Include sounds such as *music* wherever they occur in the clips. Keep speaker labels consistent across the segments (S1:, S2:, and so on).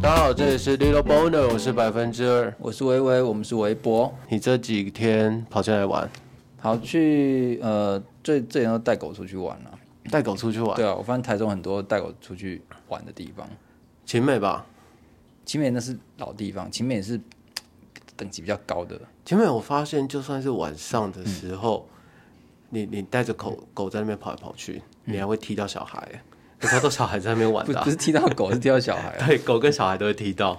S1: 大家好，这里是 Little Boner，我是百分之二。
S2: 我是微微，我们是微博。
S1: 你这几天跑去哪里玩？
S2: 好去呃，最最近都带狗出去玩了、
S1: 带狗出去玩？
S2: 对啊，我发现台中很多带狗出去玩的地方，
S1: 秦美吧？
S2: 奇美那是老地方，奇美也是嘖等级比较高的。
S1: 秦美，我发现就算是晚上的时候，你你带着狗狗在那边跑来跑去，你还会踢到小孩，有超多小孩在那边玩
S2: 不
S1: 的啊、 *laughs*
S2: 不是踢到狗，是踢到小孩 *laughs* 啊。
S1: 对，狗跟小孩都会踢到。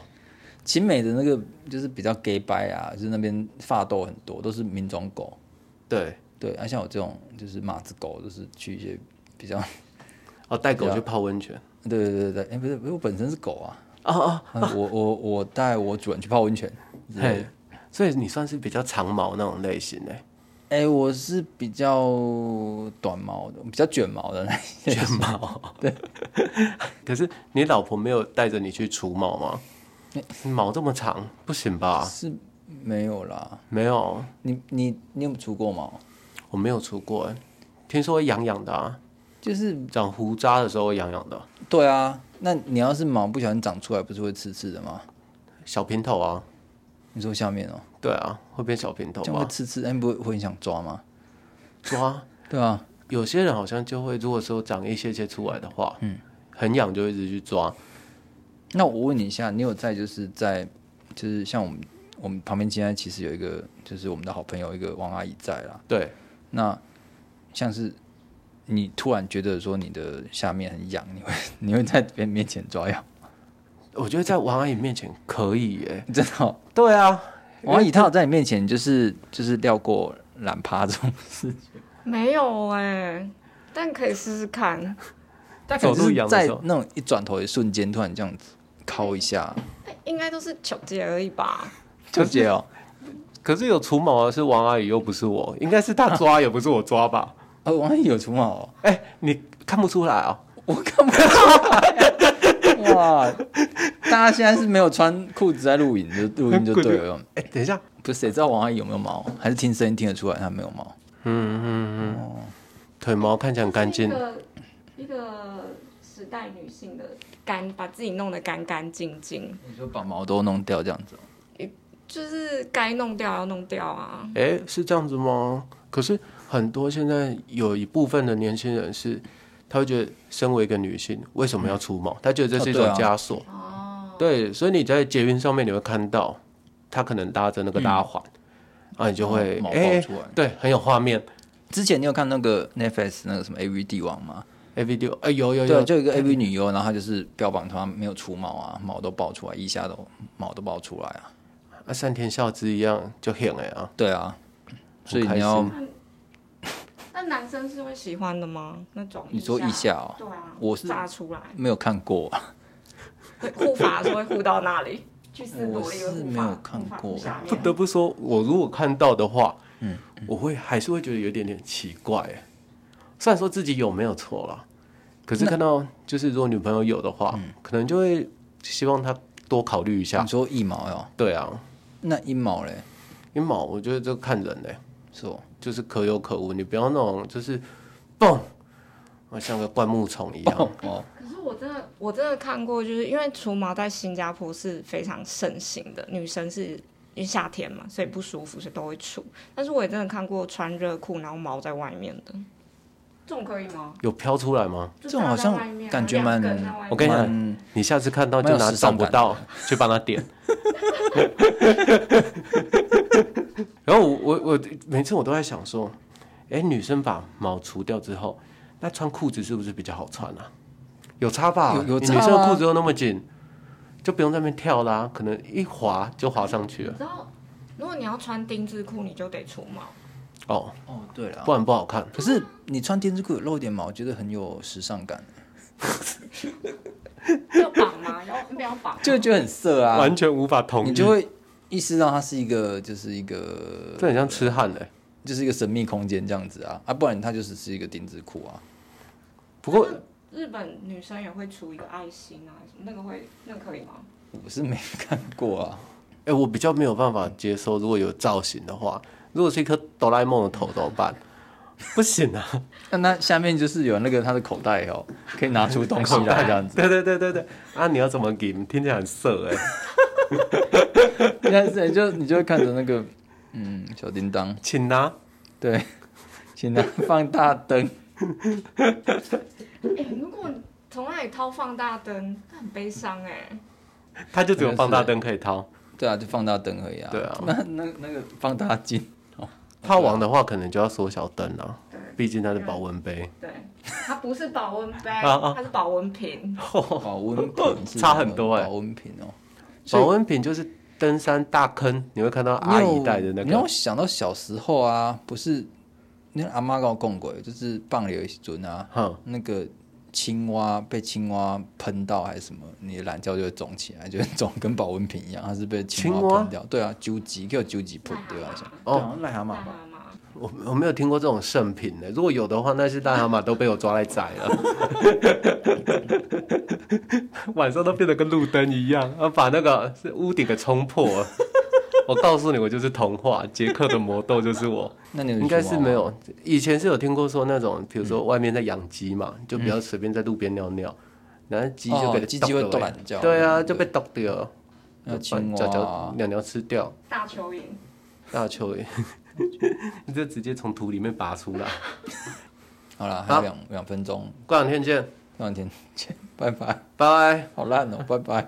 S2: 奇美的那个就是比较 gay 掰啊，就是那边发豆很多，都是民种狗。
S1: 对，
S2: 对，啊，像我这种就是马子狗，就是去一些比较…… *laughs*
S1: 哦，带狗去泡温泉。
S2: 对对对对，哎、不是，不是，我本身是狗啊，
S1: 哦哦，
S2: 啊我我我带我主人去泡温泉。
S1: 嘿，所以你算是比较长毛那种类型诶。
S2: 哎、我是比较短毛的，比较卷毛的那一种。
S1: *laughs* 可是你老婆没有带着你去除毛吗？毛这么长，不行吧？
S2: *laughs* 是没有啦。
S1: 没有，
S2: 你你你有除过毛？
S1: 我没有除过欸。听说会痒痒的啊，
S2: 就是
S1: 长胡渣的时候会痒痒的，
S2: 对啊，那你要是毛不小心长出来，不是会刺刺的吗？
S1: 小平头啊，
S2: 你说下面哦、
S1: 对啊，会变小平头
S2: 这样会
S1: 吧？
S2: 刺刺，哎、你不会会很想抓吗？
S1: 抓，
S2: 对啊，
S1: 有些人好像就会，如果说长一些些出来的话，嗯，很痒就会一直去抓。
S2: 那我问你一下，你有在就是在就是像我们我们旁边现在其实有一个就是我们的好朋友一个王阿姨在啦，
S1: 对，
S2: 那像是你突然觉得说你的下面很痒，你会你会在别人面前抓痒？
S1: 我觉得在王阿姨面前可以欸耶。
S2: 真的、
S1: *laughs*
S2: 哦，
S1: 对啊，
S2: 王阿姨她有在你面前就是就是撂过懒趴这种事，
S3: 没有哎、但可以试试看。
S2: 但
S1: 走路痒的
S2: 在
S1: 时候
S2: 那种一转头的瞬间，突然这样子敲一
S1: *laughs*
S2: 下，
S3: 应该都是求解而已吧？
S2: 纠结哦。
S1: 可是有除毛的是王阿姨，又不是我，应该是她抓，也不是我抓吧？
S2: 哦，王阿姨有除毛、哦，
S1: *laughs* 哎、你看不出来啊、
S2: 我看
S1: *laughs*
S2: 不出来。哇，大家现在是没有穿裤子在录影，就录音就对
S1: *laughs*
S2: 了。
S1: 哎、等一下，
S2: 不是谁知道王阿姨有没有毛，还是听声音听得出来她没有毛？
S1: 嗯嗯嗯，腿毛看起来很干净
S3: 一。个一个时代女性的干，把自己弄得干干净净，
S2: 你说把毛都弄掉这样子哦、
S3: 就是该弄掉要弄掉啊。
S1: 哎，是这样子吗？可是很多现在有一部分的年轻人是，他会觉得身为一个女性，为什么要除毛？他觉得这是一种
S2: 哦对
S1: 枷锁。对，所以你在捷运上面你会看到，他可能搭着那个拉环，啊，你就会
S2: 嗯哦毛毛
S1: 哎
S2: 爆出来
S1: 对，很有画面。
S2: 之前你有看那个 Netflix 那个什么 AV 帝王吗？
S1: A V 六，哎，有有
S2: 对，啊
S1: 有，
S2: 就有一个 AV 女优，然后她就是标榜她没有除毛啊，毛都爆出来，腋下都毛都爆出来啊。
S1: 啊，三田孝之一样就很哎啊，
S2: 对啊，所以
S1: 很开
S2: 你要
S1: 心
S3: 那男生是会喜欢的吗？那种
S2: 你说腋下哦
S3: 对啊，
S2: 我是
S3: 炸出来，
S2: 没有看过啊，
S3: 对护法是会护到那里？去斯
S2: 我
S3: 罗利会
S2: 是
S3: 护
S2: 没
S3: 发
S2: 有看
S3: 护发
S2: 过
S3: 护下面
S2: *laughs*
S1: 不得不说，我如果看到的话，我会还是会觉得有点点奇怪。哎虽然说自己有没有错啦，可是看到就是如果女朋友有的话，可能就会希望她多考虑一下
S2: 你。说腋毛哟、
S1: 对啊，
S2: 那阴毛嘞？
S1: 因为毛我觉得这看人嘞、欸
S2: 是哦，
S1: 就是可有可无，你不要那种就是蹦，啊像个灌木丛
S2: *laughs*
S1: 一样。
S2: 哦，
S3: 可是我真的，我真的看过，就是因为除毛在新加坡是非常盛行的，女生是因为夏天嘛，所以不舒服，所以都会除。但是我也真的看过穿热裤，然后毛在外面的，这种可以吗？
S1: 有飘出来吗？
S3: 这
S2: 这种好像感觉蛮……
S3: 啊
S1: 我跟你讲
S2: 蛮
S1: 你下次看到就
S2: 蛮
S1: 拿
S2: 有时尚
S1: 找
S2: 感
S1: 不
S2: 的
S1: 到去帮他
S2: *laughs*
S1: 点。然后我我我每次我都在想说，哎、女生把毛除掉之后，那穿裤子是不是比较好穿啊？有差吧？
S2: 有有
S1: 你
S2: 差
S1: 女生的
S2: 啊
S1: 裤子又那么紧，就不用在那边跳啦，可能一滑就滑上去了
S3: 你知道，如果你要穿丁字裤，你就得除毛。
S1: 哦，
S2: 哦，对了
S1: 不，然不好看。
S2: 可是你穿丁字裤有露一点毛，觉得很有时尚感，
S3: 要绑吗？要没有绑？
S2: 就觉得很色啊，
S1: 完全无法同意，
S2: 你就会意识到它是一个，就是一个，
S1: 这很像痴汉嘞、欸。
S2: 就是一个神秘空间这样子啊，啊，不然它就只是一个丁字裤啊。
S1: 不过
S3: 日本女生也会除一个爱心啊，那个会，那个可以吗？
S2: 我是没看过啊，
S1: 哎，我比较没有办法接受，如果有造型的话，如果是一颗哆啦 A 梦的头怎么办？ *laughs* 不行啊，
S2: 那那下面就是有那个他的口袋哦，可以拿出东
S1: *laughs*
S2: 西来这样子。
S1: 对对对对对，啊，你要怎么给？听起来很色哎、
S2: 但是你就你就会看着那个嗯小叮当，
S1: 请拿。
S2: 对，请他放大灯。
S3: 哎、如果从那里掏放大灯，那很悲伤哎、
S1: 他就只有放大灯可以掏，
S2: 对啊，就放大灯而已啊。
S1: 对啊
S2: 那那那个放大镜，
S1: 套网的话可能就要缩小灯了、毕竟它是保温杯。
S2: *laughs*
S3: 对，它不是保温
S1: *laughs*
S3: 杯，
S1: 啊啊
S3: 它是保温瓶。
S2: 保温瓶是
S1: 哦差很多欸
S2: 保温瓶哦。所以
S1: 保温瓶就是登山大坑，你会看到阿姨带的那
S2: 你让
S1: 个
S2: 我想到小时候啊，不是那阿妈跟我讲过，就是放了有一阵啊，
S1: 哼
S2: 那个青蛙被青蛙喷到还是什么，你的懒觉就会肿起来，就会肿，跟保温瓶一样，它是被
S1: 青
S2: 青
S1: 蛙
S2: 蛙喷掉。对啊，九级给我九级喷对吧？
S1: 哦
S2: 哦，癞蛤蟆
S3: 癞
S2: 吧。
S3: 蛤蟆
S1: 我我没有听过这种圣品的、如果有的话，那些癞蛤蟆都被我抓来宰了， *laughs* 晚上都变得跟路灯一样，啊，把那个是屋顶给冲破了。我告诉你，我就是童话，杰克的魔豆就是我。
S2: 那你有
S1: 应该是
S2: 青蛙吗
S1: 没有，以前是有听过说那种，比如
S2: 嗯
S1: 说外面在养鸡嘛，就不要随便在路边尿尿，然后鸡就
S2: 哦
S1: 被
S2: 鸡鸡会
S1: 剁
S2: 断脚
S1: 对啊，
S2: 对
S1: 就被剁掉了，
S2: 那青
S1: 脚
S2: 蛙
S1: 脚鸟鸟吃掉，
S3: 大蚯蚓，
S1: 大蚯蚓，你 *laughs* 就直接从土里面拔出来。
S2: 好了，还有两两分钟，
S1: 过两天见，
S2: *laughs* 过两天见，拜拜。
S1: 拜拜。
S2: 好烂哦，拜拜。